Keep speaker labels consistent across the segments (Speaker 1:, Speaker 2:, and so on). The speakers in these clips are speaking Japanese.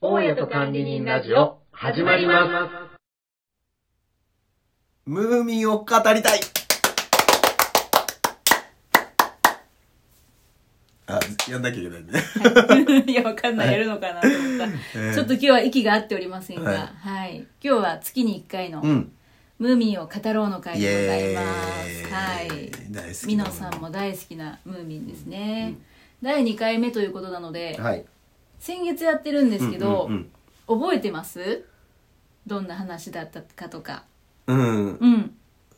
Speaker 1: ト管理人ラジオ、始まります
Speaker 2: ムーミンを語りたいあ、やんなきゃいけないね。
Speaker 3: はいいや、わかんない。やるのかなと思った。
Speaker 2: えー
Speaker 3: ちょっと今日は息が合っておりませんが、
Speaker 2: はい
Speaker 3: はい。今日は月に1回の、
Speaker 2: うん。
Speaker 3: ムーミンを語ろうの会
Speaker 2: イ
Speaker 3: でござい
Speaker 2: エ
Speaker 3: ます。はい。
Speaker 2: ーイ。大好き。
Speaker 3: ミノさん。も大好きなムーミンですね。第2回目ということなので、
Speaker 2: はい。
Speaker 3: 先月やってるんですけど、
Speaker 2: うんうん
Speaker 3: 覚えてますどんな話だったかとか。
Speaker 2: うん。
Speaker 3: うん。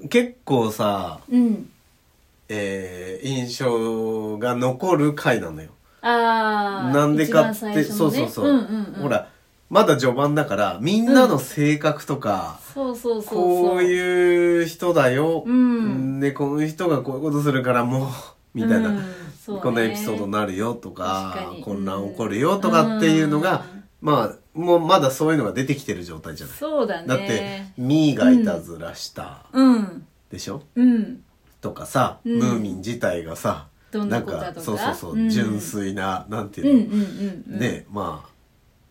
Speaker 2: 結構さ、
Speaker 3: うん。
Speaker 2: えー、印象が残る回なのよ。
Speaker 3: あー。
Speaker 2: なんでかっ
Speaker 3: 一番
Speaker 2: て、
Speaker 3: 最初
Speaker 2: そ
Speaker 3: の
Speaker 2: う
Speaker 3: ね
Speaker 2: そうそう。
Speaker 3: うんうんうん、
Speaker 2: ほ。ら、まだ序盤だから、みんなの性格とか、
Speaker 3: そうそうそうそう。
Speaker 2: こういう人だよ、
Speaker 3: うん
Speaker 2: でこの人がこういうことするからもうみたいな、
Speaker 3: うんそうね
Speaker 2: こんなエピソードになるよとか
Speaker 3: 確かに
Speaker 2: 混乱起こるよとかっていうのが、まあもうまだそういうのが出てきてる状態じゃない。
Speaker 3: そうだね。
Speaker 2: だって「ミーがいたずらした」
Speaker 3: うん。
Speaker 2: でしょ
Speaker 3: うん。
Speaker 2: とかさ、
Speaker 3: うん
Speaker 2: ムーミン自体がさ
Speaker 3: どんな子だとか
Speaker 2: んそうそうそう、
Speaker 3: うん
Speaker 2: 純粋ななんて
Speaker 3: うんう
Speaker 2: い
Speaker 3: ん
Speaker 2: うの、
Speaker 3: うんうん。
Speaker 2: でまあ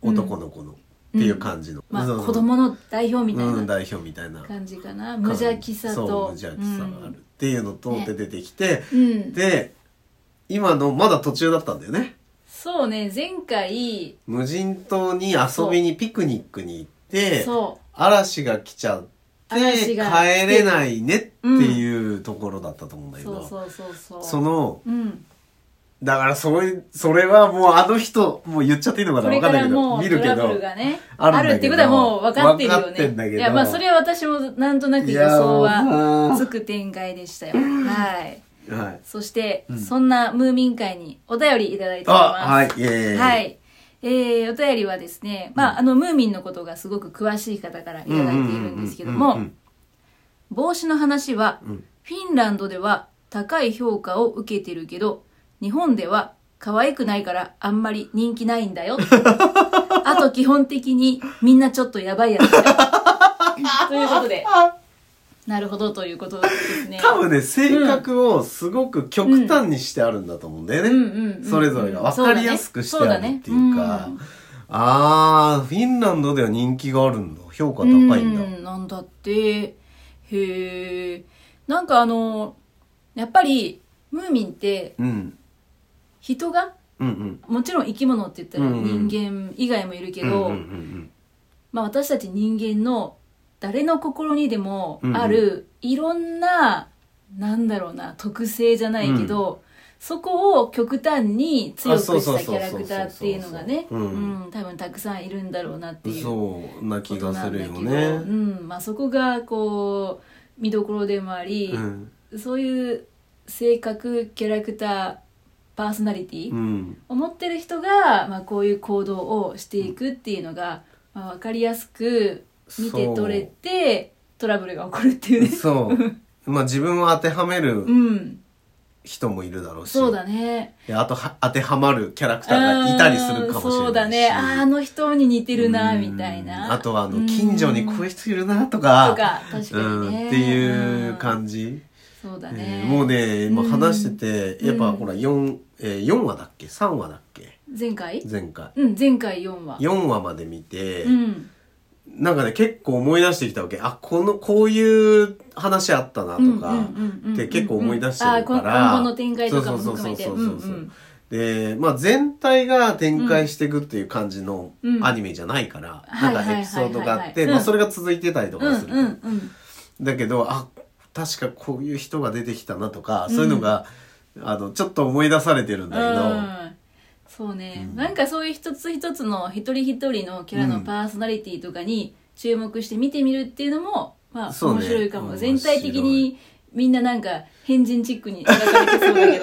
Speaker 2: 男の子の、っていう感じの、
Speaker 3: まあ、
Speaker 2: そうそう
Speaker 3: 子供の代表みた
Speaker 2: う
Speaker 3: い
Speaker 2: ん、
Speaker 3: な
Speaker 2: 代表みたいな
Speaker 3: 感じかな。無邪気さ
Speaker 2: そう無
Speaker 3: と。
Speaker 2: 邪気さがあ
Speaker 3: う
Speaker 2: るっ
Speaker 3: ん
Speaker 2: ていうのと、
Speaker 3: ね
Speaker 2: で出てきて、
Speaker 3: うん
Speaker 2: で今のまだ途中だったんだよね
Speaker 3: そうね、前回、
Speaker 2: 無人島に遊びにピクニックに行って
Speaker 3: そ
Speaker 2: 嵐が来ちゃって帰
Speaker 3: 嵐が来て
Speaker 2: れないねっていうところだったと思うんだ
Speaker 3: う。
Speaker 2: けど、
Speaker 3: そうそうそうそう。
Speaker 2: その
Speaker 3: うん。
Speaker 2: だからそれそれはもうあの人もう言っちゃっていいのか
Speaker 3: こ
Speaker 2: な
Speaker 3: れ
Speaker 2: 分
Speaker 3: か
Speaker 2: かんない
Speaker 3: ら
Speaker 2: けど
Speaker 3: も
Speaker 2: 見
Speaker 3: うト
Speaker 2: るけ
Speaker 3: ラブ
Speaker 2: ど
Speaker 3: ルがね、
Speaker 2: あるんだ
Speaker 3: あ
Speaker 2: け
Speaker 3: る
Speaker 2: ど
Speaker 3: ってことはもう分かってるよ
Speaker 2: 分かってんだけ
Speaker 3: ね。
Speaker 2: ど
Speaker 3: いや、まあそれは私もなんとなく予想
Speaker 2: いやーも
Speaker 3: は
Speaker 2: う
Speaker 3: つく展開でしたよ。はい。
Speaker 2: はい、
Speaker 3: そして、そんなムーミン会にお便りいただいております。
Speaker 2: あはいイエーイ
Speaker 3: はい。えー、お便りはですね、まあ、あの、ムーミンのことがすごく詳しい方からいただいているんですけど
Speaker 2: うんうんうん
Speaker 3: も
Speaker 2: うん、
Speaker 3: 帽子の話は、
Speaker 2: ん
Speaker 3: フィンランドでは高い評価を受けてるけど、日本では可愛くないからあんまり人気ないん だよ。あと基本的にみんなちょっとやばいやつだよ。ということで、なるほどということですね。
Speaker 2: 多分ね性格をすごく極端にしてあるんだと思うんだよね、
Speaker 3: うんうんうんうん
Speaker 2: それぞれが分かりやすくしてあるっていう
Speaker 3: そう
Speaker 2: か
Speaker 3: だねそうだねうん
Speaker 2: あーフィンランドでは人気があるんだ評価高いんだ
Speaker 3: うんなんだってへえなんかあのやっぱりムーミンって
Speaker 2: うん
Speaker 3: 人が
Speaker 2: うんうん
Speaker 3: もちろん生き物って言ったら
Speaker 2: うんうん
Speaker 3: 人間以外もいるけ
Speaker 2: うん
Speaker 3: ど、
Speaker 2: うんうん
Speaker 3: まあ、私たち人間の誰の心にでも
Speaker 2: うんうん
Speaker 3: あるいろんな、なんだろうな特性じゃないけど、そこを極端に強く
Speaker 2: あそう
Speaker 3: し
Speaker 2: そう
Speaker 3: た
Speaker 2: そうそ
Speaker 3: キ
Speaker 2: う
Speaker 3: ャラクターっていうのがね、
Speaker 2: うん
Speaker 3: うん多分たくさんいるんだろうなって
Speaker 2: うん
Speaker 3: いう
Speaker 2: そうな気がするよ
Speaker 3: ことなんだけど
Speaker 2: ね
Speaker 3: うんまあ、そこがこう見どころでもあり
Speaker 2: う、ん
Speaker 3: そういう性格キャラクターパーソナリティ、
Speaker 2: うん
Speaker 3: を持ってる人が、まあ、こういう行動をしていくっていうのが、まあ、分かりやすく見て取れてトラブルが起こるっていうね。
Speaker 2: そうまあ自分を当てはめ
Speaker 3: う
Speaker 2: る
Speaker 3: ん、
Speaker 2: 人もいるだろうし
Speaker 3: そうだね。
Speaker 2: であとは当てはまるキャラクターがいたりするかもしれないし
Speaker 3: うんそうだね。あーあの人に似てるな、
Speaker 2: うん
Speaker 3: みたいな。
Speaker 2: あとはあ
Speaker 3: う
Speaker 2: の
Speaker 3: ん
Speaker 2: 近所にこういう人いるなと
Speaker 3: と
Speaker 2: か
Speaker 3: か、確かにね。
Speaker 2: うん、っていう感じ、
Speaker 3: じ。そうだ
Speaker 2: え
Speaker 3: ね。
Speaker 2: ーもうね今話してて、
Speaker 3: うん
Speaker 2: やっぱ
Speaker 3: うん
Speaker 2: ほら 4,、えー、4話だっけ3話だっけ
Speaker 3: 前回
Speaker 2: 前回
Speaker 3: うん、前回4話。
Speaker 2: 4話まで見て、
Speaker 3: うん。
Speaker 2: なんかね結構思い出してきたわけあこのこういう話あったなと
Speaker 3: うん
Speaker 2: か
Speaker 3: うんうんうんうん
Speaker 2: って結構思い出してるから、
Speaker 3: あー今今後の展開とかも含めて。
Speaker 2: そううそうそ
Speaker 3: ん
Speaker 2: うそうそう
Speaker 3: うん
Speaker 2: で、まあ、全体が展開していくっていう感じの
Speaker 3: うん
Speaker 2: アニメじゃないから、
Speaker 3: うん
Speaker 2: なんかエピソードがあっ
Speaker 3: はいはいはいはい
Speaker 2: て、
Speaker 3: うん
Speaker 2: まあ、それが続いてたりと
Speaker 3: う
Speaker 2: か
Speaker 3: ん
Speaker 2: する、
Speaker 3: うんうん。
Speaker 2: だけどあ確かこういう人が出てきたなとか、そういうのがあのちょっと思い出されてるんだけど、
Speaker 3: うんそうね、なんかそういう一つ一つの一人一人のキャラのパーソナリティとかに注目して見てみるっていうのも、まあ
Speaker 2: そうね
Speaker 3: 面白いかも、
Speaker 2: 面白い
Speaker 3: 全体的にみんななんか変人チックに描かれてそう だけ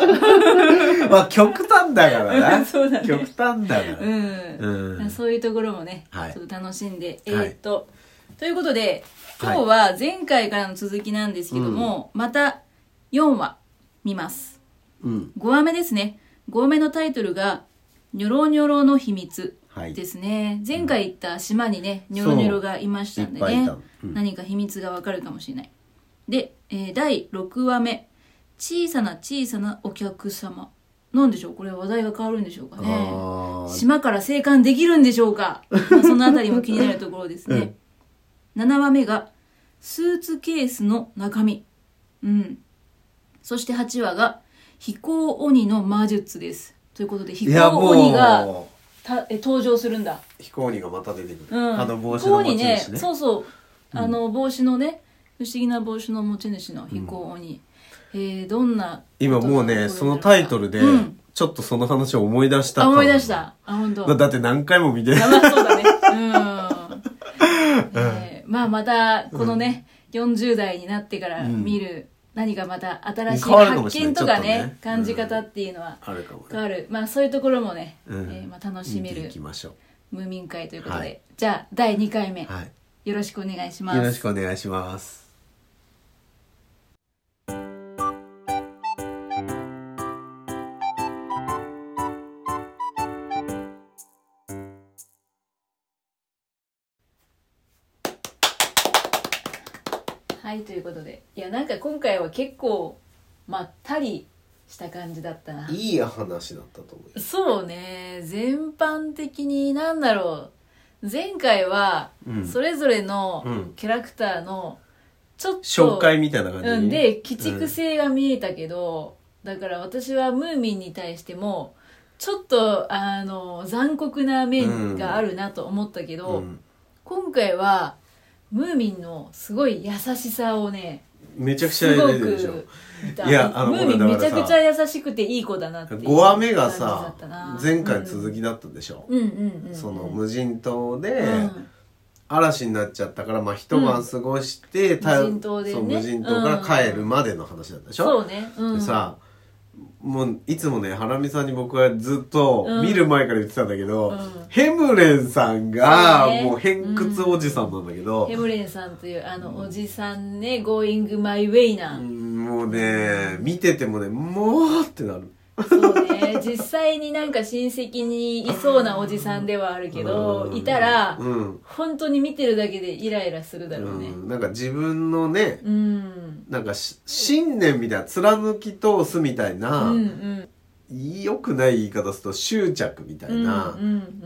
Speaker 3: ど
Speaker 2: まあ極端だからな
Speaker 3: そうだね
Speaker 2: 極端だから、
Speaker 3: うん、
Speaker 2: うん
Speaker 3: まあそういうところもね、
Speaker 2: はい
Speaker 3: ちょっと楽しんで、え
Speaker 2: はい
Speaker 3: ーっとということで
Speaker 2: は
Speaker 3: 今
Speaker 2: い
Speaker 3: 日は前回からの続きなんですけども、また4話見ます
Speaker 2: うん
Speaker 3: 5話目ですね5話目のタイトルが「ニョロニョロの秘密」
Speaker 2: はい
Speaker 3: ですね、前回行った島にねニョロニョロがいましたんで
Speaker 2: そういっぱいい
Speaker 3: ね
Speaker 2: たうん
Speaker 3: 何か秘密がわかるかもしれないで、えー第6話目「小さな小さなお客様」なんでしょうこれ話題が変わるんでしょうかね
Speaker 2: あーあー
Speaker 3: 島から生還できるんでしょうか、まあそのあたりも気になるとこ ろですね、7話目がスーツケースの中身うんそして8話が飛行鬼の魔術ですということで飛
Speaker 2: いや
Speaker 3: 行鬼が
Speaker 2: も
Speaker 3: たえ登場するんだ
Speaker 2: う飛行鬼がまた出てくる、
Speaker 3: うん、
Speaker 2: あの帽子の持ち主ね
Speaker 3: ここにそうそうあの帽子のね不思議な帽子の持ち主の飛行鬼、えーどんな
Speaker 2: 今もうねそのタイトルで、
Speaker 3: うん
Speaker 2: ちょっとその話を思い出した
Speaker 3: あ思い出したあ本当。
Speaker 2: だだって何回も見て
Speaker 3: やばそうだねうん、えーまあまたこのね、40代になってから見る何かまた新しい
Speaker 2: 変わるかも
Speaker 3: 発
Speaker 2: しれな
Speaker 3: 見
Speaker 2: い
Speaker 3: とかね
Speaker 2: ちょっとね
Speaker 3: 感じ方っていうのは
Speaker 2: あるかも
Speaker 3: 変
Speaker 2: ね
Speaker 3: わる、まあそういうところもね、
Speaker 2: うん
Speaker 3: えーまあ、楽し
Speaker 2: 見
Speaker 3: め
Speaker 2: てい
Speaker 3: る
Speaker 2: きましょ
Speaker 3: ムーミン会ということで、
Speaker 2: はい
Speaker 3: じゃあ第2回目、
Speaker 2: うはい
Speaker 3: よろしくお願いします
Speaker 2: よろしくお願いします
Speaker 3: はいということでいやなんか今回は結構まったりした感じだったない
Speaker 2: い話だったと思う
Speaker 3: そうね全般的になんだろう前回は
Speaker 2: うん
Speaker 3: それぞれの
Speaker 2: うん
Speaker 3: キャラクターのちょっと
Speaker 2: 紹介みたいな感じ
Speaker 3: う
Speaker 2: に
Speaker 3: ん、で鬼畜性が見えたけど、だから私はムーミンに対してもちょっとあの残酷な面があるなと思ったけど、
Speaker 2: うん
Speaker 3: 今回はムーミンのすごい優しさをね
Speaker 2: めちゃくちゃ
Speaker 3: すご
Speaker 2: 出てるでし
Speaker 3: く
Speaker 2: ょ
Speaker 3: 見た
Speaker 2: いやあの
Speaker 3: ムーミ
Speaker 2: ほ
Speaker 3: ン
Speaker 2: ら
Speaker 3: め
Speaker 2: だ
Speaker 3: ち
Speaker 2: か
Speaker 3: ゃ
Speaker 2: らさ
Speaker 3: くちゃ優しくていい子だなっていう
Speaker 2: 5話目が
Speaker 3: 感
Speaker 2: さ
Speaker 3: じだったな
Speaker 2: 前回続きだったでしょ、
Speaker 3: うんうんうん
Speaker 2: その無人島で、
Speaker 3: うん
Speaker 2: 嵐になっちゃったから、まあ、一晩過ごして、た
Speaker 3: 無人島でね
Speaker 2: そう無人島から帰るまでの話だったでしょ、
Speaker 3: そうね、うん、
Speaker 2: でさもういつもねハラミさんに僕はずっと
Speaker 3: うん
Speaker 2: 見る前から言ってたんだけど、
Speaker 3: うん
Speaker 2: ヘムレンさんが
Speaker 3: そうね
Speaker 2: もう偏屈おじさんなんだけど、
Speaker 3: ヘムレンさんというあのおじさんね「Going My Way な」
Speaker 2: うんもうね見ててもねもうってなる
Speaker 3: そうね 実際になんか親戚にいそうなおじさんではあるけど
Speaker 2: うん
Speaker 3: いたら
Speaker 2: うん
Speaker 3: 本当に見てるだけでイライラするだろうね
Speaker 2: うんなんか自分のね
Speaker 3: うん
Speaker 2: なんかし信念みたいな貫き通すみたい
Speaker 3: うん
Speaker 2: な、
Speaker 3: うん
Speaker 2: 良くない言い方すると執着みたいな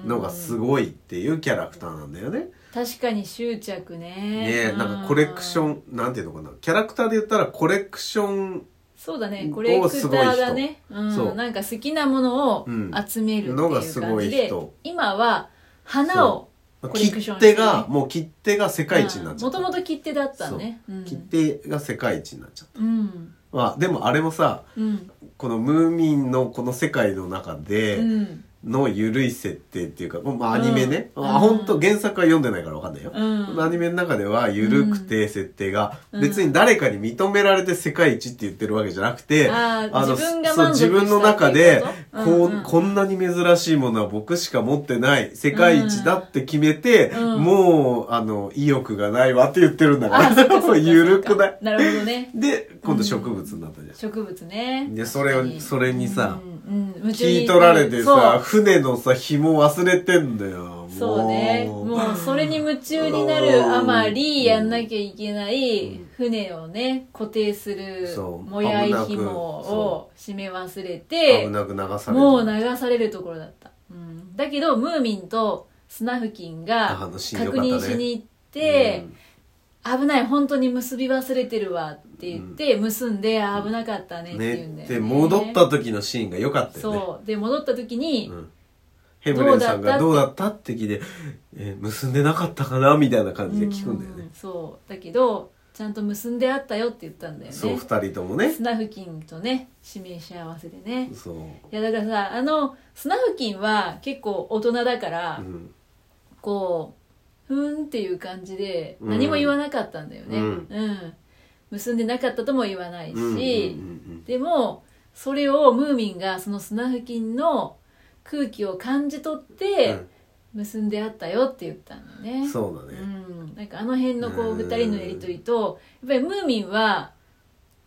Speaker 2: のがすごいっていうキャラクターなんだよね。
Speaker 3: 確かに執着ね
Speaker 2: ねえ
Speaker 3: う
Speaker 2: なんかコレクションなんていうのかなキャラクターで言ったらコレクション
Speaker 3: そうだねコレクターがねう
Speaker 2: そうん
Speaker 3: なんか好きなものを
Speaker 2: うん
Speaker 3: 集めるって
Speaker 2: のが
Speaker 3: い
Speaker 2: す
Speaker 3: う感
Speaker 2: ごい
Speaker 3: じで
Speaker 2: 人
Speaker 3: 今は花をコレクショ
Speaker 2: 切
Speaker 3: ンしてね
Speaker 2: 手がもう切手が世界一になっちゃ
Speaker 3: も
Speaker 2: った。
Speaker 3: ともと切手だったねうん
Speaker 2: 切手が世界一になっちゃった。
Speaker 3: うん
Speaker 2: まあでもあれもさ
Speaker 3: うん
Speaker 2: このムーミンのこの世界の中
Speaker 3: う
Speaker 2: で
Speaker 3: ん
Speaker 2: の緩い設定っていうか、まあアニメね、
Speaker 3: うん
Speaker 2: あ本当原作は読んでないからわかんないよ。
Speaker 3: うん
Speaker 2: アニメの中では緩くて設定が、
Speaker 3: うん
Speaker 2: 別に誰かに認められて世界一って言ってるわけじゃなくて、
Speaker 3: あー
Speaker 2: の
Speaker 3: 自分が
Speaker 2: そう
Speaker 3: 満足
Speaker 2: 自分の中
Speaker 3: し
Speaker 2: で
Speaker 3: たってい
Speaker 2: こ
Speaker 3: うこ
Speaker 2: とう、
Speaker 3: うんうん
Speaker 2: こんなに珍しいものは僕しか持ってない世界一だって決めて、
Speaker 3: うん
Speaker 2: もうあの意欲がないわって言ってるんだか
Speaker 3: あそっかそっか
Speaker 2: ら
Speaker 3: そっか
Speaker 2: 緩くない
Speaker 3: なるほどね
Speaker 2: で今度植物になったじゃん、
Speaker 3: 植物ね
Speaker 2: でそれを
Speaker 3: 確かに
Speaker 2: それにさ
Speaker 3: うんうん夢中に
Speaker 2: 聞い取られてさ
Speaker 3: そ
Speaker 2: 船のさ紐忘れてんだよ
Speaker 3: うそうねもうそれに夢中にな
Speaker 2: う
Speaker 3: る
Speaker 2: ん
Speaker 3: あまりやんなきゃいけない船をね固定する
Speaker 2: そう
Speaker 3: もやい
Speaker 2: 危な
Speaker 3: 紐
Speaker 2: く
Speaker 3: を締め忘れ
Speaker 2: 危
Speaker 3: て
Speaker 2: なく流されて
Speaker 3: もう流されるところだった、うん、だけどムーミンとスナフキンが
Speaker 2: あの
Speaker 3: 確
Speaker 2: シーン良かったね
Speaker 3: 認しに行って、
Speaker 2: うん
Speaker 3: 危ない本当に結び忘れてるわって言って、結んであ危なかったねって言うん
Speaker 2: ね
Speaker 3: だよね
Speaker 2: で戻った時のシーンが良かったよね
Speaker 3: そうで戻った時に、
Speaker 2: うんヘブレンさんが
Speaker 3: ど
Speaker 2: ど
Speaker 3: う
Speaker 2: う
Speaker 3: だ
Speaker 2: だったって聞いて、えー結んでなかったかなみたいな感じで聞くんだよ
Speaker 3: う
Speaker 2: ね。
Speaker 3: そうだけどちゃんと結んであったよって言ったんだよね
Speaker 2: そう、二人ともね。
Speaker 3: スナフキンとね指名し合わせでね
Speaker 2: そう。
Speaker 3: いやだからさあのスナフキンは結構大人だから、
Speaker 2: うん。
Speaker 3: こうふーんっていう感じで
Speaker 2: うん
Speaker 3: 何も言わなかったんだよね
Speaker 2: うん
Speaker 3: 結んでなかったとも言わないし、
Speaker 2: うんうんうん
Speaker 3: でもそれをムーミンがその砂付近の空気を感じ取っ
Speaker 2: う
Speaker 3: て
Speaker 2: ん
Speaker 3: 結んであったよって言ったんだよ
Speaker 2: うん
Speaker 3: ね。
Speaker 2: そうだ
Speaker 3: う
Speaker 2: ね。
Speaker 3: ん、なんかあの辺のこう
Speaker 2: うん
Speaker 3: 二人のやりとりとやっぱりムーミンは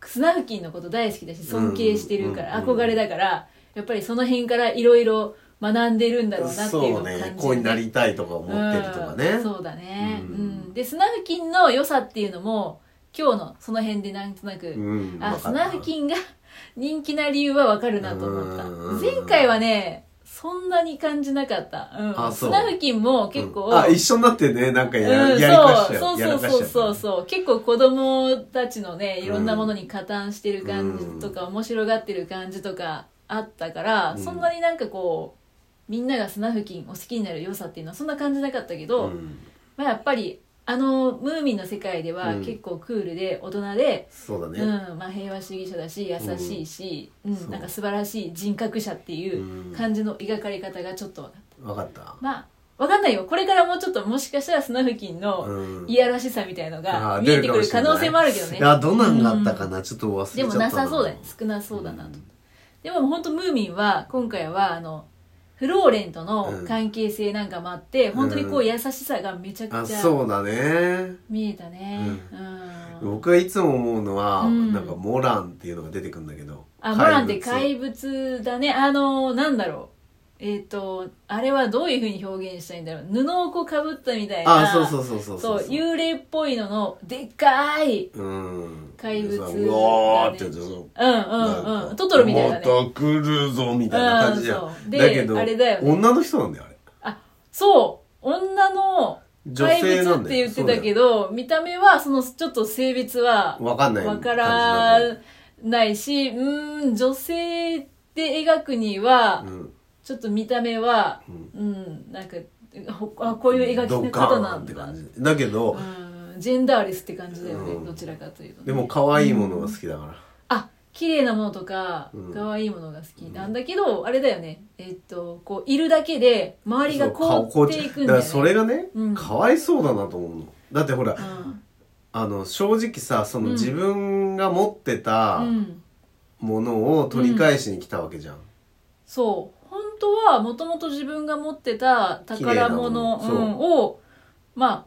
Speaker 3: 砂付近のこと大好きだし尊敬してるから、
Speaker 2: うんうん
Speaker 3: 憧れだからやっぱりその辺からいろいろ学んでるんだろうなっていう
Speaker 2: そう
Speaker 3: 感じで
Speaker 2: ね。こうになりたいとか思ってるとかね。
Speaker 3: うんそうだね、う
Speaker 2: うんん
Speaker 3: でスナフキンの良さっていうのも今日のその辺でなんとなく、
Speaker 2: うん
Speaker 3: あ
Speaker 2: わか
Speaker 3: ス
Speaker 2: った
Speaker 3: ナフキンが人気な理由はわかるなと思った
Speaker 2: うん
Speaker 3: 前回はねそんなに感じなかった。う
Speaker 2: あ
Speaker 3: ん。
Speaker 2: そう
Speaker 3: 砂付近も結構、
Speaker 2: あ一緒になってねなんかや,、
Speaker 3: うん、
Speaker 2: やりかしちゃ
Speaker 3: そう
Speaker 2: やら
Speaker 3: そう
Speaker 2: かし
Speaker 3: そ
Speaker 2: ち
Speaker 3: うそう
Speaker 2: ゃ
Speaker 3: そうそう結構子供たちのねいろんなものに加担してる感じとか、面白がってる感じとかあったから、
Speaker 2: うん
Speaker 3: そんなになんかこうみんなが砂付近を好きになる良さっていうのはそんな感じなかったけど、
Speaker 2: うん
Speaker 3: まあ、やっぱりあのムーミンの世界では
Speaker 2: うん
Speaker 3: 結構クールで大人で、
Speaker 2: そうだ
Speaker 3: うん
Speaker 2: ね、
Speaker 3: まあ、平和主義者だし優しいし、うん
Speaker 2: そう
Speaker 3: なんか素晴らしい人格者っていう感じの描かれ方がちょっと分かっ
Speaker 2: 分
Speaker 3: た。
Speaker 2: かった、
Speaker 3: まあ、わかんないよ。これからもうちょっともしかしたら砂付近の
Speaker 2: うん
Speaker 3: いやらしさみたいのが
Speaker 2: あー
Speaker 3: 見えてくる可能性もあるけどね
Speaker 2: い。やどんなんがあったかな、ちょっと忘れち
Speaker 3: で
Speaker 2: ゃっ
Speaker 3: も
Speaker 2: た
Speaker 3: なさそうだね。少なそうだなと。でも本当ムーミンは、今回はあの、フローレンとの関係性なんかもあって、本当にこう優しさがめちゃ
Speaker 2: あ
Speaker 3: くちゃ
Speaker 2: そうだね
Speaker 3: 見えたね。
Speaker 2: う
Speaker 3: うん。
Speaker 2: 僕はいつも思うのは、
Speaker 3: うん
Speaker 2: なんかモランっていうのが出てくるんだけど
Speaker 3: あ、モランって
Speaker 2: 怪
Speaker 3: 怪物だね。あの、なんだろう。えっ、と、あれはどういうふうに表現したいんだろう。布をこうかぶったみたいな。
Speaker 2: あそうそうそうそう
Speaker 3: そう幽霊っぽいののでっかい
Speaker 2: うん
Speaker 3: 怪物だね
Speaker 2: うわーってやつそう
Speaker 3: うんう
Speaker 2: なん
Speaker 3: ん
Speaker 2: か
Speaker 3: うんトトロみたいなね
Speaker 2: また来るぞみたいな感じじゃ
Speaker 3: うんそ
Speaker 2: ん
Speaker 3: うで
Speaker 2: だけど
Speaker 3: あれだよね
Speaker 2: 女の人なんだよあれ
Speaker 3: あそう女の
Speaker 2: 女
Speaker 3: 怪
Speaker 2: 性な
Speaker 3: 物
Speaker 2: ん
Speaker 3: っ
Speaker 2: だ
Speaker 3: て
Speaker 2: よ
Speaker 3: 言ってたけど見た目はそのちょっと性別は
Speaker 2: 分かんない
Speaker 3: わか
Speaker 2: 感じなんだ
Speaker 3: らないしうーん女性で描くには
Speaker 2: ようん
Speaker 3: ちょっと見た目はうんなんかほあこういう描
Speaker 2: ド
Speaker 3: き
Speaker 2: カ
Speaker 3: 方
Speaker 2: ー
Speaker 3: な
Speaker 2: ンっ
Speaker 3: ん
Speaker 2: て
Speaker 3: だ
Speaker 2: 感じだけど、
Speaker 3: うんジェンダーレスって感じだよ
Speaker 2: うん
Speaker 3: ねどちらかというとね
Speaker 2: でも可愛いものが好きだから、
Speaker 3: あ綺麗なものとか
Speaker 2: うん
Speaker 3: 可愛いものが好きなんだけど、あれだよねえっとこういるだけで周りが
Speaker 2: そ
Speaker 3: 凍
Speaker 2: う
Speaker 3: っていくん
Speaker 2: だから
Speaker 3: だよね
Speaker 2: それがね、
Speaker 3: うん
Speaker 2: かわいそうだなと思うのだってほら、
Speaker 3: うん
Speaker 2: あの正直さその
Speaker 3: うん
Speaker 2: 自分が持ってた
Speaker 3: うん
Speaker 2: ものを取り返しに来たわけじゃん、
Speaker 3: そう本当はもともと自分が持ってた宝物
Speaker 2: 綺麗なものそう
Speaker 3: うんをまあ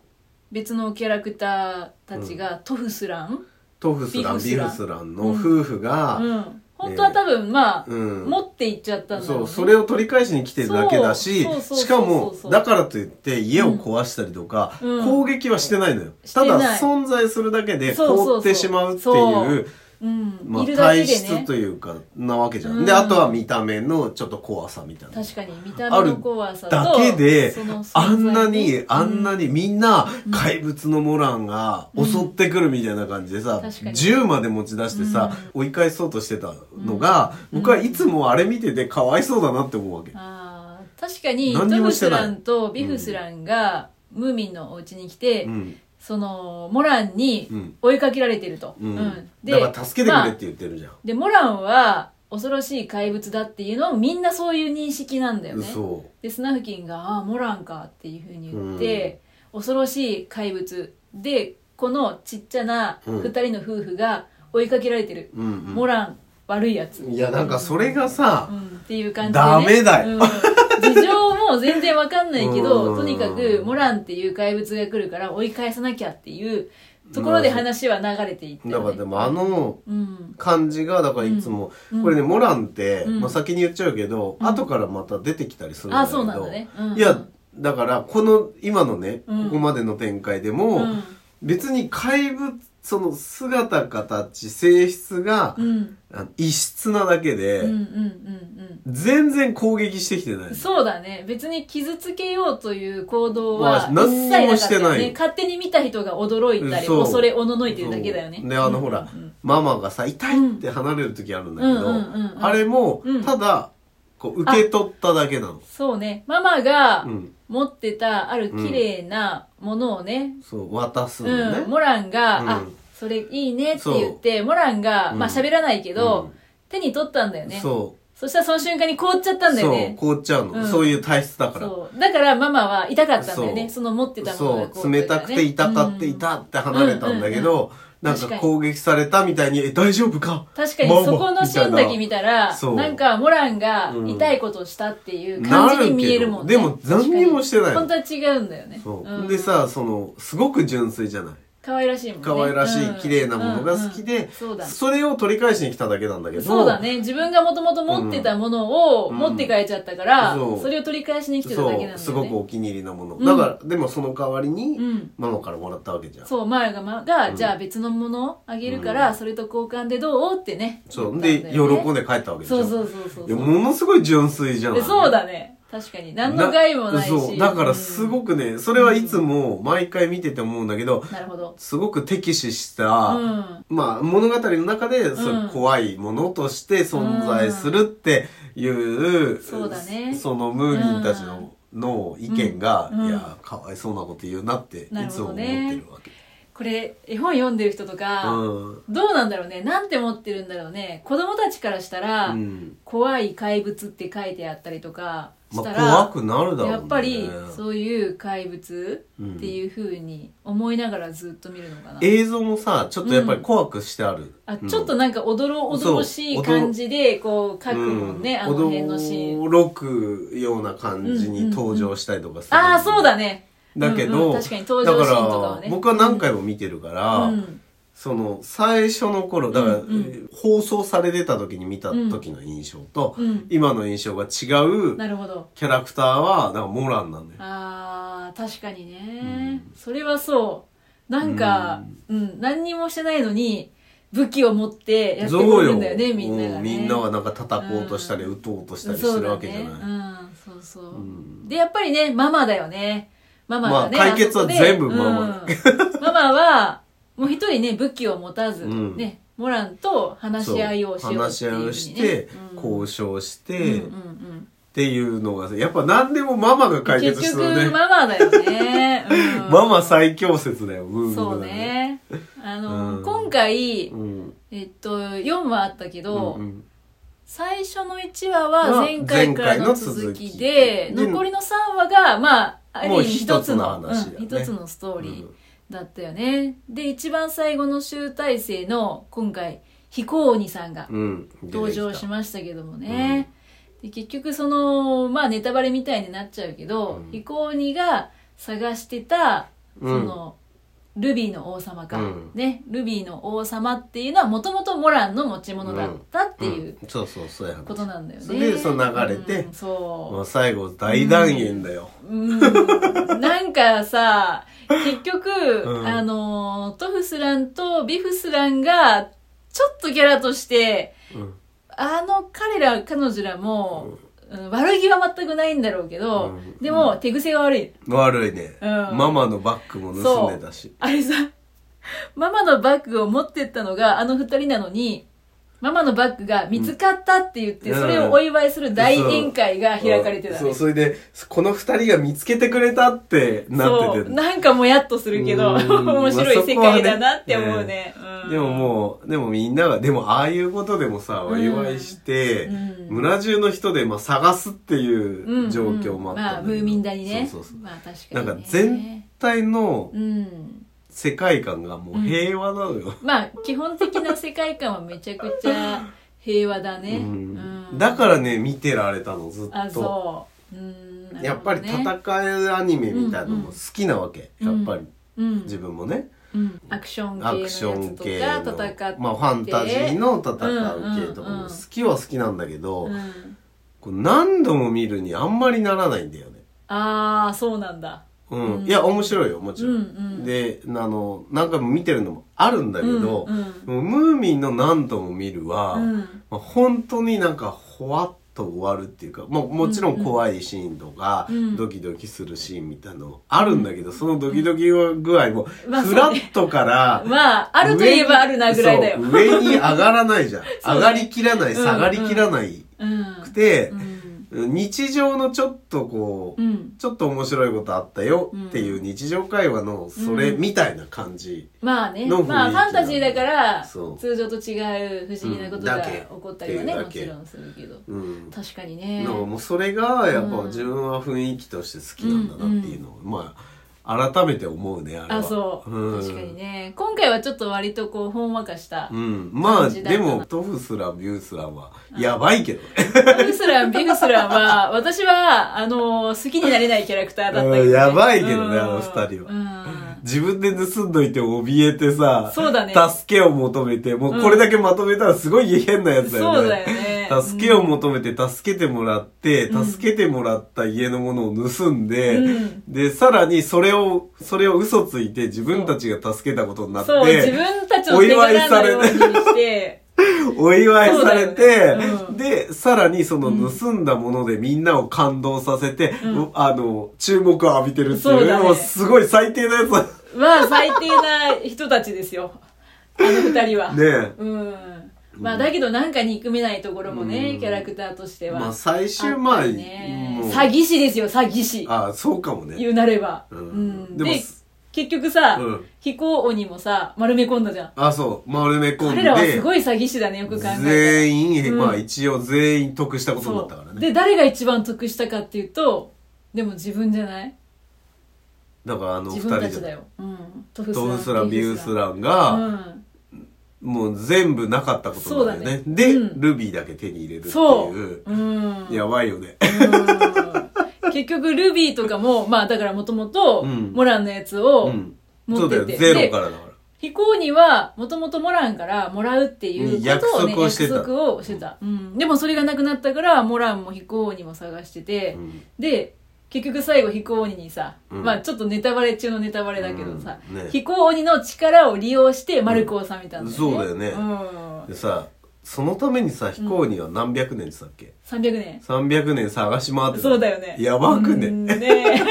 Speaker 3: 別のキャラクターたちがトフスラン、
Speaker 2: トフスランビ
Speaker 3: ビ
Speaker 2: フ
Speaker 3: フ
Speaker 2: ス
Speaker 3: ス
Speaker 2: ランの夫婦が
Speaker 3: う、ん、本当は多分まあ、
Speaker 2: うん
Speaker 3: 持っていっちゃったんだろ
Speaker 2: そうう
Speaker 3: ね
Speaker 2: それを取り返しに来てるだけだし
Speaker 3: そうそうそうそう
Speaker 2: しかも
Speaker 3: そうそう
Speaker 2: だからといって家を壊したりとか、
Speaker 3: うん
Speaker 2: 攻撃はしてないのよ、
Speaker 3: して
Speaker 2: た
Speaker 3: ない
Speaker 2: だ存在するだけで
Speaker 3: そうそうそう
Speaker 2: 凍ってしまうって
Speaker 3: そ
Speaker 2: いう
Speaker 3: ううん
Speaker 2: まあ、
Speaker 3: いるだけ
Speaker 2: 体
Speaker 3: でね
Speaker 2: 質というかなわけじゃん、
Speaker 3: うん
Speaker 2: であとは見た目のちょっと怖さみたいな
Speaker 3: 確かに見た目の怖さと
Speaker 2: だけで
Speaker 3: その存在
Speaker 2: あんな
Speaker 3: ね
Speaker 2: に
Speaker 3: う
Speaker 2: あんなにみんな怪物のモランが襲ってくるみたいな感じでさ、
Speaker 3: うん確かに
Speaker 2: 銃まで持ち出してさ、追い返そうとしてたのが、僕はいつもあれ見ててかわいそうだなって思うわけ、
Speaker 3: あー確かに
Speaker 2: 何に
Speaker 3: ド
Speaker 2: も
Speaker 3: ブ
Speaker 2: して
Speaker 3: ス
Speaker 2: ない
Speaker 3: ランとビフスランがムーミンのお家に来て、
Speaker 2: うん
Speaker 3: そのモランに
Speaker 2: うん
Speaker 3: 追いかけられてると、
Speaker 2: うん
Speaker 3: うん
Speaker 2: だから助けてくれっ
Speaker 3: まあ
Speaker 2: て言ってるじゃん、
Speaker 3: でモランは恐ろしい怪物だっていうのをみんなそういう認識なんだよね
Speaker 2: そ
Speaker 3: でスナフキンが「ああモランか」っていうふうに言って、恐ろしい怪物でこのちっちゃな2人の夫婦が追いかけられてる、
Speaker 2: う、うん
Speaker 3: モラン悪いやつ
Speaker 2: うん、いやなんかそれがさ、
Speaker 3: うんっていう感じで、
Speaker 2: ダメだよ
Speaker 3: うん事情も全然わかんないけ
Speaker 2: う
Speaker 3: ど
Speaker 2: ん
Speaker 3: とにかくモランっていう怪物が来るから追い返さなきゃっていうところで話は流れていって、ね、
Speaker 2: だからでもあの
Speaker 3: うん
Speaker 2: 感じがだからいつも、
Speaker 3: うん
Speaker 2: これねモランって、
Speaker 3: うん
Speaker 2: まあ、先に言っちゃうけど、
Speaker 3: うん
Speaker 2: 後からまた出てきたりするんだけど
Speaker 3: あそうなんだねうん
Speaker 2: いやだからこの今のね、
Speaker 3: うん
Speaker 2: ここまでの展開で
Speaker 3: う
Speaker 2: も、
Speaker 3: ん
Speaker 2: 別に怪物その姿形性質が、
Speaker 3: うんうん
Speaker 2: あの異質なだけで、
Speaker 3: うんうん
Speaker 2: 全然攻撃してきてな
Speaker 3: う
Speaker 2: い
Speaker 3: んそうだね別に傷つけようという行動
Speaker 2: まあ
Speaker 3: は一
Speaker 2: 何
Speaker 3: 切
Speaker 2: に
Speaker 3: なか
Speaker 2: も
Speaker 3: っ
Speaker 2: したて
Speaker 3: よ
Speaker 2: ない
Speaker 3: ね勝手に見た人が驚いたり
Speaker 2: そう
Speaker 3: 恐れおののいてるだけだよね
Speaker 2: そうであのほら、ママがさ痛いって離れる時あるんだけど、
Speaker 3: うんうんうんうん
Speaker 2: あれも、
Speaker 3: うん
Speaker 2: ただこう受け取っただけなの。
Speaker 3: そうねママが
Speaker 2: うん
Speaker 3: 持ってたある綺麗なものをね、
Speaker 2: そう渡すのね、
Speaker 3: うん、モランが、
Speaker 2: うん
Speaker 3: あそれいいねって言ってモランが、
Speaker 2: うん
Speaker 3: まあ喋らないけど、
Speaker 2: うん
Speaker 3: 手に取ったんだよねそ
Speaker 2: そう
Speaker 3: したらその瞬間に凍っちゃったんだよね
Speaker 2: そう凍っちゃうの、
Speaker 3: うん
Speaker 2: そういう体質だから
Speaker 3: そうだからママは痛かったんだよね
Speaker 2: そう
Speaker 3: その持ってたものが
Speaker 2: そ
Speaker 3: 凍
Speaker 2: う
Speaker 3: っ
Speaker 2: 冷
Speaker 3: ちゃ
Speaker 2: た
Speaker 3: っ
Speaker 2: く
Speaker 3: ね
Speaker 2: て痛かって
Speaker 3: うん
Speaker 2: 痛って離れたんだけど、
Speaker 3: うんうん
Speaker 2: なんか
Speaker 3: 確かに
Speaker 2: 攻撃されたみたいに「え大丈夫か?」
Speaker 3: 確かに
Speaker 2: ママ
Speaker 3: そこのシーンだけ見たら
Speaker 2: そう
Speaker 3: なんかモランが
Speaker 2: うん
Speaker 3: 痛いことをしたっていう
Speaker 2: な
Speaker 3: 感
Speaker 2: るけ
Speaker 3: じに
Speaker 2: ど
Speaker 3: 見えるもん
Speaker 2: で
Speaker 3: ね
Speaker 2: も何にもしてないの
Speaker 3: 本当は違うんだよね
Speaker 2: そう、
Speaker 3: うん
Speaker 2: でさそのすごく純粋じゃない
Speaker 3: 可愛らしいもんね
Speaker 2: 可愛らしい、
Speaker 3: うん
Speaker 2: 綺麗なものが好き
Speaker 3: うんう
Speaker 2: で
Speaker 3: ん、そうだね
Speaker 2: それを取り返しに来ただけなんだけど、
Speaker 3: そうだね自分がもともと持ってたものを
Speaker 2: うん
Speaker 3: 持って帰っちゃったから、
Speaker 2: うんそう
Speaker 3: それを取り返しに来てただけなんだよ
Speaker 2: そ
Speaker 3: ね
Speaker 2: う、すごくお気に入りなもの。
Speaker 3: うん
Speaker 2: だから、でもその代わりに、
Speaker 3: うん
Speaker 2: ママからもらったわけじゃん。
Speaker 3: そうマヤがまが、
Speaker 2: うん
Speaker 3: じゃあ別のものをあげるから、それと交換でどうってね
Speaker 2: そう。
Speaker 3: 言
Speaker 2: で、
Speaker 3: ったんだ
Speaker 2: 喜
Speaker 3: よね
Speaker 2: んで帰ったわけじゃ
Speaker 3: そ
Speaker 2: ん。
Speaker 3: うそうそうそう
Speaker 2: いやものすごい純粋じゃ
Speaker 3: え
Speaker 2: ん。
Speaker 3: そうだね確かに何の害もないし
Speaker 2: そう。だからすごくね、それはいつも毎回見てて思うんだけど、
Speaker 3: うんなるほど
Speaker 2: すごく敵視した、
Speaker 3: うん
Speaker 2: まあ物語の中でそううん怖いものとして存在するっていう、
Speaker 3: そうだね
Speaker 2: そのムーミンたちの,、の意見が、
Speaker 3: うんうん
Speaker 2: いやかわいそうなこと言うなってい
Speaker 3: なるほ
Speaker 2: つも
Speaker 3: ど
Speaker 2: 思って
Speaker 3: ね
Speaker 2: るわけ。
Speaker 3: これ絵本読んでる人とか、
Speaker 2: うん
Speaker 3: どうなんだろうねなんて思ってるんだろうね子供たちからしたら、
Speaker 2: うん
Speaker 3: 怖い怪物って書いてあったりとかし
Speaker 2: ま
Speaker 3: たら、
Speaker 2: あ、怖くなるだろうね。
Speaker 3: やっぱりそういう怪物っていうふうに思いながらずっと見るのかな、
Speaker 2: 映像もさちょっとやっぱり怖くしてある、
Speaker 3: あ
Speaker 2: うん
Speaker 3: ちょっとなんかおどろおどろしい感じでこう書くもんね、あの辺のシーン
Speaker 2: 驚くような感じに登場したりとかする、
Speaker 3: ああそうだね
Speaker 2: だけど、
Speaker 3: うんうん確かに登場シーンとかはね
Speaker 2: だから僕は何回も見てるから、
Speaker 3: うん
Speaker 2: その最初の頃だから、
Speaker 3: うんうん
Speaker 2: 放送されてた時に見た時の印象と、
Speaker 3: うん
Speaker 2: 今の印象が違う
Speaker 3: なるほど
Speaker 2: キャラクターはなんかモランなのよ。
Speaker 3: あー確かにね、それはそうなんか、うん何にもしてないのに武器を持ってやってくるんだよねみんなが
Speaker 2: う
Speaker 3: ね
Speaker 2: みんながなんか叩こうとしたり、
Speaker 3: うん
Speaker 2: 打とうとしたりするわけじゃない。
Speaker 3: そうだね、うん、そうそう、
Speaker 2: ん
Speaker 3: でやっぱりねママだよねママがね、
Speaker 2: まあ解決は
Speaker 3: あそこで
Speaker 2: 全部ママ
Speaker 3: うんママはもう一人ね武器を持たず、
Speaker 2: うん
Speaker 3: ねモランと話
Speaker 2: そう
Speaker 3: し合いをしよう
Speaker 2: 話
Speaker 3: って
Speaker 2: し
Speaker 3: い
Speaker 2: 合いうを
Speaker 3: ふう
Speaker 2: し
Speaker 3: に
Speaker 2: て
Speaker 3: ね、
Speaker 2: 交渉して、
Speaker 3: うんうんう
Speaker 2: っ
Speaker 3: ん
Speaker 2: ていうのがやっぱ何でもママが
Speaker 3: うん
Speaker 2: 解決し
Speaker 3: 結
Speaker 2: たのね
Speaker 3: 局ママだよね、う ん
Speaker 2: ママ最強説だよブーム
Speaker 3: そう
Speaker 2: だ
Speaker 3: ねあの、
Speaker 2: うん
Speaker 3: 今回
Speaker 2: うん
Speaker 3: えっと4話あったけど、
Speaker 2: うんうん
Speaker 3: 最初の1話は前回からの続
Speaker 2: 前回の続
Speaker 3: きで、
Speaker 2: きで
Speaker 3: 残りの3話が、まあ、あ
Speaker 2: もう
Speaker 3: る意味
Speaker 2: 一
Speaker 3: 一
Speaker 2: つ
Speaker 3: つ
Speaker 2: の
Speaker 3: の、うん
Speaker 2: 話だよね
Speaker 3: 一つのストーリーだったよね。で、一番最後の集大成の、今回、飛行鬼さんが
Speaker 2: うん、
Speaker 3: 登場しましたけどもね。で結局、その、まあ、ネタバレみたいになっちゃうけど、
Speaker 2: うん
Speaker 3: 飛行鬼が探してた、その、ルビーの王様か、
Speaker 2: うん
Speaker 3: ね、ルビーの王様っていうのはもともとモランの持ち物だったっていう、
Speaker 2: うんそうそうそうや
Speaker 3: ことなんだよね。
Speaker 2: それでその流れて
Speaker 3: うん
Speaker 2: も
Speaker 3: そう
Speaker 2: 最後大断言だよ、
Speaker 3: う。うん、なんかさ、結局、
Speaker 2: うん
Speaker 3: あの、トフスランとビフスランが、ちょっとキャラとして、
Speaker 2: うん
Speaker 3: あの彼ら、彼女らも、うん悪気は全くないんだろうけど、
Speaker 2: うん
Speaker 3: でも、手癖が悪い。
Speaker 2: 悪いね、
Speaker 3: うん
Speaker 2: ママのバッグも盗んでたし
Speaker 3: あれさ、ママのバッグを持ってったのがあの二人なのに、ママのバッグが見つかったって言って、
Speaker 2: うん
Speaker 3: それをお祝いする大宴会が開かれてた、ね
Speaker 2: そうそれでこの二人が見つけてくれたってなって
Speaker 3: そ
Speaker 2: て
Speaker 3: うなんかもやっとするけど
Speaker 2: うーん
Speaker 3: 面白い世界だなって思うね,、うん
Speaker 2: でももうでもみんながでもああいうことでもさお祝いして、
Speaker 3: うん
Speaker 2: 村中の人でまあ探すってい
Speaker 3: ん
Speaker 2: う状況もあったんだけど
Speaker 3: まあムーミン谷ね
Speaker 2: そうそうそう
Speaker 3: まあ確
Speaker 2: な
Speaker 3: かに、ね、
Speaker 2: んか全体の
Speaker 3: うん
Speaker 2: 世界観がもう平和なのよ、
Speaker 3: まあ基本的な世界観はめちゃくちゃ平和だね、
Speaker 2: うん
Speaker 3: うん
Speaker 2: だからね見てられたのずっと
Speaker 3: あそううんなるほどね
Speaker 2: やっぱり戦いアニメみたいなのも好きなわけ、
Speaker 3: うんうん
Speaker 2: やっぱり
Speaker 3: うん
Speaker 2: 自分もね、
Speaker 3: うんアクション系
Speaker 2: ア
Speaker 3: の
Speaker 2: ク
Speaker 3: や
Speaker 2: ショ
Speaker 3: つ
Speaker 2: ン
Speaker 3: と
Speaker 2: 系
Speaker 3: か
Speaker 2: の
Speaker 3: 戦って、
Speaker 2: まあ、ファンタジーの戦う系とか
Speaker 3: うんうんう
Speaker 2: も
Speaker 3: ん
Speaker 2: 好きは好きなんだけど、
Speaker 3: うん
Speaker 2: こう何度も見るにあんまりならないんだよね。
Speaker 3: ああそうなんだ
Speaker 2: うん
Speaker 3: うん
Speaker 2: いや面白いよもちろん。
Speaker 3: うんうん
Speaker 2: であの何回も見てるのもあるんだけど、
Speaker 3: うん
Speaker 2: もうムーミンの何度も見るは、
Speaker 3: うん
Speaker 2: まあ、本当になんかほわっと終わるっていうか、まあ、もちろん怖いシーンとか、
Speaker 3: うん
Speaker 2: ドキドキするシーンみたいなのあるんだけど、そのドキドキ具合も
Speaker 3: まあ
Speaker 2: フラットから、
Speaker 3: まああるといえばあるなぐらいだよ
Speaker 2: そう上に上がらない じゃん、
Speaker 3: うね
Speaker 2: 上がりきらない
Speaker 3: うんうん
Speaker 2: 下がりきらない
Speaker 3: うん
Speaker 2: くて
Speaker 3: う、ん
Speaker 2: 日常のちょっとこう、
Speaker 3: うん
Speaker 2: ちょっと面白いことあったよっていう日常会話のそれ
Speaker 3: うん
Speaker 2: みたいな感じ、
Speaker 3: まあね、
Speaker 2: の雰囲気
Speaker 3: まあファンタジーだから
Speaker 2: そう
Speaker 3: 通常と違う不思議なこと
Speaker 2: うん
Speaker 3: が
Speaker 2: だけ
Speaker 3: 起こったりはね、
Speaker 2: っていう
Speaker 3: も
Speaker 2: だけ
Speaker 3: ちろんするけど
Speaker 2: うん、
Speaker 3: 確かにね
Speaker 2: なんかもうそれがやっぱ自分は雰囲気として好きなんだなっていうのを、まあ改めて思うねあれは
Speaker 3: あそう、
Speaker 2: うん、
Speaker 3: 確かにね今回はちょっと割とこうほんわかした
Speaker 2: う、んまあ
Speaker 3: 感じだった
Speaker 2: で
Speaker 3: な
Speaker 2: もトフスランビュースランはやばいけどね
Speaker 3: ビグスランビグスランは 私はあの好きになれないキャラクターだったけど、
Speaker 2: うんやばいけどねあの二人
Speaker 3: は
Speaker 2: 自分で盗んどいて怯えてさ、
Speaker 3: そうだね
Speaker 2: 助けを求めて、もうこれだけまとめたらすごい変なやつだよね。
Speaker 3: そうだよね
Speaker 2: 助けを求めて助けてもらって、
Speaker 3: うん
Speaker 2: 助けてもらった家のものを盗んで、
Speaker 3: うん
Speaker 2: で、さらにそれを、それを嘘ついて自分たちが助けたことになって、
Speaker 3: そう、自分たちの手柄のようにして、
Speaker 2: お祝いされて、
Speaker 3: そうだよねうん
Speaker 2: で、さらにその盗んだものでみんなを感動させて、
Speaker 3: うん
Speaker 2: あの、注目を浴びてるってい
Speaker 3: そう
Speaker 2: う、
Speaker 3: だね
Speaker 2: もうすごい最低なやつだ。
Speaker 3: まあ最低な人たちですよ。あの二人は。
Speaker 2: ね
Speaker 3: うん。まあだけどなんか憎めないところもね、
Speaker 2: うん
Speaker 3: キャラクターとして
Speaker 2: え。
Speaker 3: は。
Speaker 2: まあ最終前に、
Speaker 3: ね
Speaker 2: もう
Speaker 3: 詐欺師ですよ、詐欺師。
Speaker 2: ああ、そうかもね。
Speaker 3: 言うなれば。う
Speaker 2: うん
Speaker 3: ん。
Speaker 2: でも
Speaker 3: で、結局さ
Speaker 2: うん、
Speaker 3: 飛行鬼もさ、丸め込んだじゃん。
Speaker 2: あ、そう、丸め込んで。
Speaker 3: 彼らはすごい詐欺師だね、よく考えたら。
Speaker 2: 全員、
Speaker 3: うん
Speaker 2: まあ一応全員得したことにな
Speaker 3: そ
Speaker 2: ったから
Speaker 3: う。
Speaker 2: ね。
Speaker 3: で、誰が一番得したかっていうと、でも自分じゃない
Speaker 2: だからあの二
Speaker 3: 自分た
Speaker 2: 人
Speaker 3: ちだ
Speaker 2: で、
Speaker 3: よ。うん。トフ
Speaker 2: ドンスラン、ビュース
Speaker 3: ン。
Speaker 2: ランが、
Speaker 3: うん。
Speaker 2: もう全部なかったことになんだよね。
Speaker 3: そうだね
Speaker 2: で、
Speaker 3: うん
Speaker 2: ルビーだけ手に入れるって
Speaker 3: そう。
Speaker 2: いう。
Speaker 3: うん。
Speaker 2: やばいよね。
Speaker 3: うん結局ルビーとかも、まあだからもともと、
Speaker 2: うん
Speaker 3: モランのやつを
Speaker 2: うん
Speaker 3: 持って
Speaker 2: そうだ
Speaker 3: て。
Speaker 2: よゼロ
Speaker 3: で
Speaker 2: からだから
Speaker 3: 飛行には、もともとモランからもらうっていうことをね、
Speaker 2: うん約束をしてた
Speaker 3: 約束をしてた。うん。でもそれがなくなったから、モランも飛行にも探してて、
Speaker 2: うん
Speaker 3: で、結局最後飛行鬼にさ、
Speaker 2: うん
Speaker 3: まあちょっとネタバレ中のネタバレだけどさ、
Speaker 2: うんね
Speaker 3: 飛行鬼の力を利用して丸く収めたんだよね。
Speaker 2: そうだよね
Speaker 3: うん。
Speaker 2: でさそのためにさ飛行には何百年って言ってたっ
Speaker 3: 300年。
Speaker 2: け、300年探し回ってた
Speaker 3: そうだよね。
Speaker 2: やばくね、
Speaker 3: うんね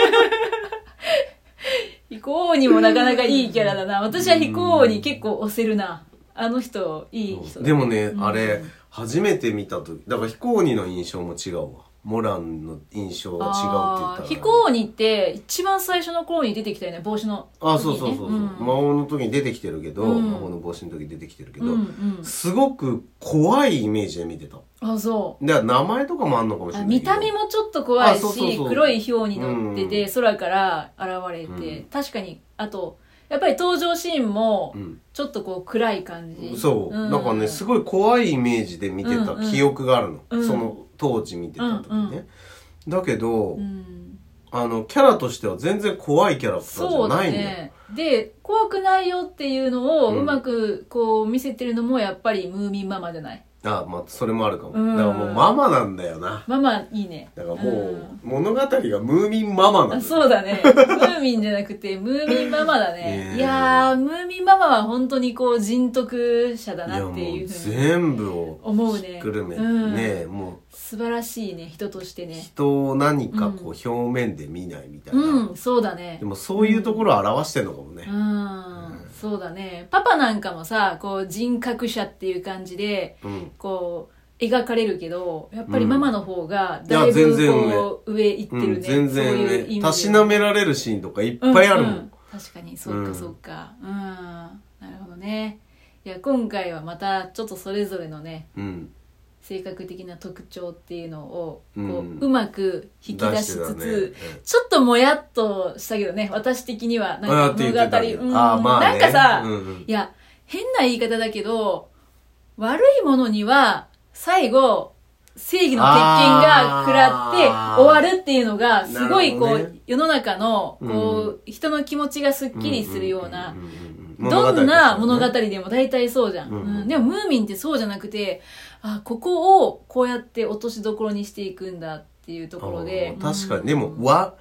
Speaker 3: え。飛行王にもなかなかいいキャラだな。私は飛行王に結構押せるな。あの人、いい人だ、
Speaker 2: でもね、
Speaker 3: うん
Speaker 2: あれ初めて見た時だから飛行にの印象も違うわモランの印象は違うって言った
Speaker 3: あー飛
Speaker 2: ら
Speaker 3: 行王にって一番最初の頃に出てきたよね、帽子の時にね、
Speaker 2: あそうそうそうそう、魔
Speaker 3: ん
Speaker 2: 王の時に出てきてるけど、
Speaker 3: うん
Speaker 2: 魔王の帽子の時に出てきてるけ
Speaker 3: う
Speaker 2: ど、
Speaker 3: んうん、
Speaker 2: すごく怖いイメージで見てた
Speaker 3: あ、そ
Speaker 2: だから名前とかもあんのかも
Speaker 3: う。
Speaker 2: し
Speaker 3: あ
Speaker 2: れない
Speaker 3: 見
Speaker 2: けど
Speaker 3: た目もちょっと怖い
Speaker 2: あそうそう
Speaker 3: し
Speaker 2: そう
Speaker 3: 黒い豹に乗ってて、
Speaker 2: う
Speaker 3: 空から現れて、
Speaker 2: うん
Speaker 3: 確かにあとやっぱり登場シーンも
Speaker 2: うん
Speaker 3: ちょっとこう暗い感じ、
Speaker 2: そう、
Speaker 3: ん
Speaker 2: なんかねすごい怖いイメージで見てた記憶があるの、
Speaker 3: うんうん
Speaker 2: その当時見てた時ね、
Speaker 3: うんうん
Speaker 2: だけど、
Speaker 3: うん
Speaker 2: あのキャラとしては全然怖いキャラクターじ
Speaker 3: そ
Speaker 2: ゃ
Speaker 3: うだ
Speaker 2: ないのよ、
Speaker 3: ね。で、怖くないよっていうのを
Speaker 2: うん
Speaker 3: うまくこう見せてるのもやっぱりムーミンママじゃない。
Speaker 2: あまあそれもあるかも、
Speaker 3: うん
Speaker 2: だからもうママなんだよな
Speaker 3: ママいいね。
Speaker 2: だからもう、
Speaker 3: ん
Speaker 2: 物語がムーミンママな
Speaker 3: あ
Speaker 2: んだよ
Speaker 3: そうだね。ムーミンじゃなくて、ムーミンママだ
Speaker 2: ね
Speaker 3: ね。
Speaker 2: え
Speaker 3: いやー、ムーミンママは本当にこう人徳者だ
Speaker 2: いや
Speaker 3: な
Speaker 2: も
Speaker 3: っ
Speaker 2: う
Speaker 3: ていうふうに
Speaker 2: 全部を
Speaker 3: 思うね。
Speaker 2: くるめ、
Speaker 3: うん、
Speaker 2: ねも
Speaker 3: 素晴らしいね、人として
Speaker 2: う
Speaker 3: ね。
Speaker 2: 人を何かこう表面で見ないみたいな、
Speaker 3: うん、そうだね
Speaker 2: で。もそういうところを表してるのかもね、
Speaker 3: うん、そうだね。パパなんかもさ、こう人格者っていう感じで、
Speaker 2: うん
Speaker 3: こう描かれるけどやっぱり
Speaker 2: うん
Speaker 3: ママの方が
Speaker 2: いや
Speaker 3: だいぶ
Speaker 2: 全然
Speaker 3: こう上行ってるね、
Speaker 2: うん、全
Speaker 3: そういう
Speaker 2: 然
Speaker 3: 意味で
Speaker 2: ねたしなめられるシーンとかいっぱいあるも
Speaker 3: うんうん
Speaker 2: ん、
Speaker 3: 確かにそう
Speaker 2: う
Speaker 3: か
Speaker 2: ん
Speaker 3: そうかうん、なるほどねいや今回はまたちょっとそれぞれのね
Speaker 2: うん
Speaker 3: 性格的な特徴っていうのをこう,、う
Speaker 2: うん
Speaker 3: まく引き出
Speaker 2: 出
Speaker 3: しつ
Speaker 2: して
Speaker 3: つ、
Speaker 2: たね
Speaker 3: ちょっともやっとしたけどね私的には
Speaker 2: あ
Speaker 3: な
Speaker 2: あ
Speaker 3: ん
Speaker 2: っ
Speaker 3: か
Speaker 2: て言
Speaker 3: 物
Speaker 2: っ
Speaker 3: 語
Speaker 2: てたけど
Speaker 3: うん
Speaker 2: ああまあ
Speaker 3: なん
Speaker 2: ね
Speaker 3: かさ、
Speaker 2: うんうん
Speaker 3: いや変な言い方だけど悪いものには最後正義の鉄拳が食らって
Speaker 2: あー
Speaker 3: 終わるっていうのがすごいこ
Speaker 2: な
Speaker 3: う、
Speaker 2: るほどね
Speaker 3: 世の中のこ
Speaker 2: う
Speaker 3: う、人の気持ちがすっきりするような、
Speaker 2: んんうんうん
Speaker 3: どんな物語
Speaker 2: としてはね
Speaker 3: でも大体そうじゃん。う
Speaker 2: うんんうん
Speaker 3: でもムーミンってそうじゃなくて、あ、ここをこうやって落としどころにしていくんだっていうところで。
Speaker 2: ああ確か
Speaker 3: う
Speaker 2: に
Speaker 3: ん
Speaker 2: でもわ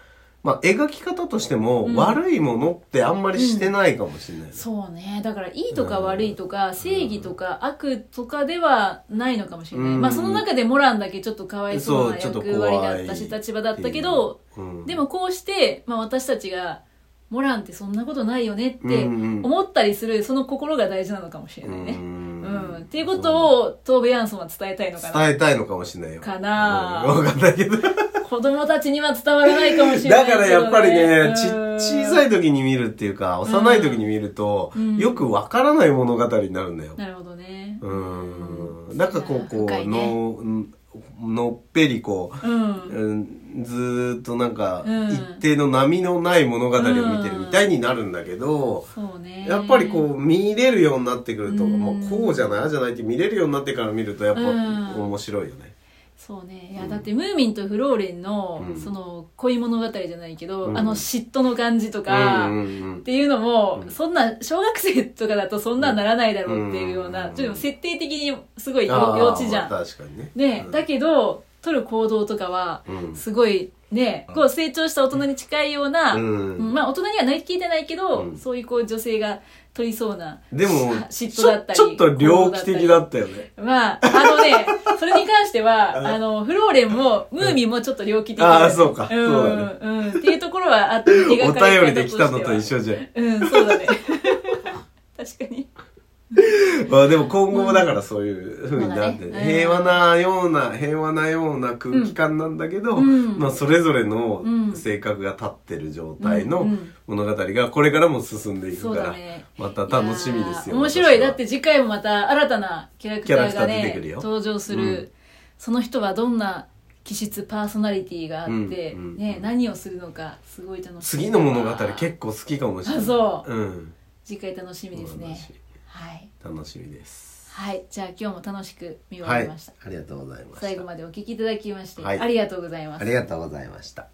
Speaker 2: まあ描き方としても、
Speaker 3: うん
Speaker 2: 悪いものってあんまりしてないかもしれないね、
Speaker 3: そうね。だから、いいとか悪いとか、正義とか悪とかではないのかもしれない。
Speaker 2: うん
Speaker 3: まあ、その中でモランだけちょっとかわいそうな
Speaker 2: そうちょっ
Speaker 3: 役
Speaker 2: と
Speaker 3: 割だったし、
Speaker 2: 怖い
Speaker 3: 立場だったけど、
Speaker 2: うん
Speaker 3: でもこうして、まあ、私たちが、モランってそんなことないよねって
Speaker 2: うんうん
Speaker 3: 思ったりする、その心が大事なのかもしれないね。
Speaker 2: ん
Speaker 3: うん。っていうことを、トーベ・ヤンソンは伝えたいのかな。
Speaker 2: 伝えたいのかもしれないよ
Speaker 3: かな
Speaker 2: うん、分かんないけど
Speaker 3: 子供たちには伝わらないかもしれな
Speaker 2: だ
Speaker 3: いけ
Speaker 2: か
Speaker 3: ど、
Speaker 2: らやっぱりね、ち、
Speaker 3: うん
Speaker 2: 小さい時に見るっていうか、幼い時に見ると
Speaker 3: うん、
Speaker 2: よくわからない物語になるんだよ。
Speaker 3: なるほどね。
Speaker 2: う。
Speaker 3: うん
Speaker 2: なんかこう、こ、
Speaker 3: 深いうね
Speaker 2: の、んのっぺりこう、
Speaker 3: うん。
Speaker 2: うんずーっとなんか、
Speaker 3: うん
Speaker 2: 一定の波のない物語を見てるみたいになるんだけど、
Speaker 3: そうね。
Speaker 2: やっぱりこう見れるようになってくると、
Speaker 3: うん
Speaker 2: もうこうじゃないああじゃないって見れるようになってから見るとやっぱ
Speaker 3: うん
Speaker 2: 面白いよね。
Speaker 3: そうねいやだってムーミンとフローレンの、
Speaker 2: うん
Speaker 3: その恋物語じゃないけど、
Speaker 2: うん
Speaker 3: あの嫉妬の感じとか、
Speaker 2: うんうん
Speaker 3: っていうのも、
Speaker 2: うん
Speaker 3: そんな小学生とかだとそんなんならないだろうっていうような、
Speaker 2: うん
Speaker 3: ちょっと設定的にすごい
Speaker 2: うん
Speaker 3: 幼
Speaker 2: あー
Speaker 3: 幼稚じゃん。
Speaker 2: 確かにね
Speaker 3: ね、
Speaker 2: うん
Speaker 3: だけど取る行動とかは
Speaker 2: うん
Speaker 3: すごいね、こう成長した大人に近いような、
Speaker 2: うん
Speaker 3: まあ大人にはなりきってないけど、
Speaker 2: うん
Speaker 3: そういうこう女性が取りそうな
Speaker 2: でも
Speaker 3: し
Speaker 2: ち
Speaker 3: 嫉妬だ
Speaker 2: ょ
Speaker 3: ったり
Speaker 2: ちょっと猟奇的だったよね
Speaker 3: まあ、あ のね、それに関して
Speaker 2: うん
Speaker 3: は、あの、フローレンも、ムーミンもちょっと猟奇的
Speaker 2: ああそうか
Speaker 3: うん、
Speaker 2: そうだね
Speaker 3: うん、っていうところはあって、手
Speaker 2: お
Speaker 3: がかり
Speaker 2: 便りで来たのと一
Speaker 3: 緒。
Speaker 2: 緒じゃん
Speaker 3: うん、そうだね。 確かに。
Speaker 2: まあでも今後もだからそういう風になって、
Speaker 3: うん
Speaker 2: 平和なような平和なような空気感なんだけど、
Speaker 3: うん
Speaker 2: まあそれぞれの
Speaker 3: うん
Speaker 2: 性格が立ってる状態の
Speaker 3: うんうん
Speaker 2: 物語がこれからも進んでいく
Speaker 3: そう
Speaker 2: か
Speaker 3: だ
Speaker 2: ら、
Speaker 3: ね。
Speaker 2: また楽しみですよ
Speaker 3: やー面白い。
Speaker 2: 私は
Speaker 3: だって次回もまた新たなキャラクター
Speaker 2: キ
Speaker 3: が
Speaker 2: ャラクター出て
Speaker 3: ね
Speaker 2: くる、よ
Speaker 3: 登場す
Speaker 2: う
Speaker 3: る。その人はどんな気質、パーソナリティがあって、
Speaker 2: うんうん
Speaker 3: ね、何をするのか、すごい楽しみ。
Speaker 2: 次の物語結構好きかもしれない、
Speaker 3: あそう
Speaker 2: ん、
Speaker 3: 次回楽しみですね
Speaker 2: そう。
Speaker 3: はい。
Speaker 2: 楽しみです
Speaker 3: はい。じゃあ今日も楽しく見終わ
Speaker 2: は
Speaker 3: り
Speaker 2: い
Speaker 3: ました。
Speaker 2: ありがとうございました
Speaker 3: 最後までお聞きいただきまして、
Speaker 2: はい
Speaker 3: ありがとうございます
Speaker 2: ありがとうございました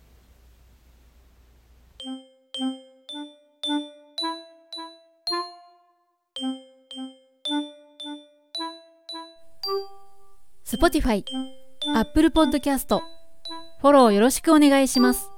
Speaker 3: Spotify、Apple Podcast、フォローよろしくお願いします。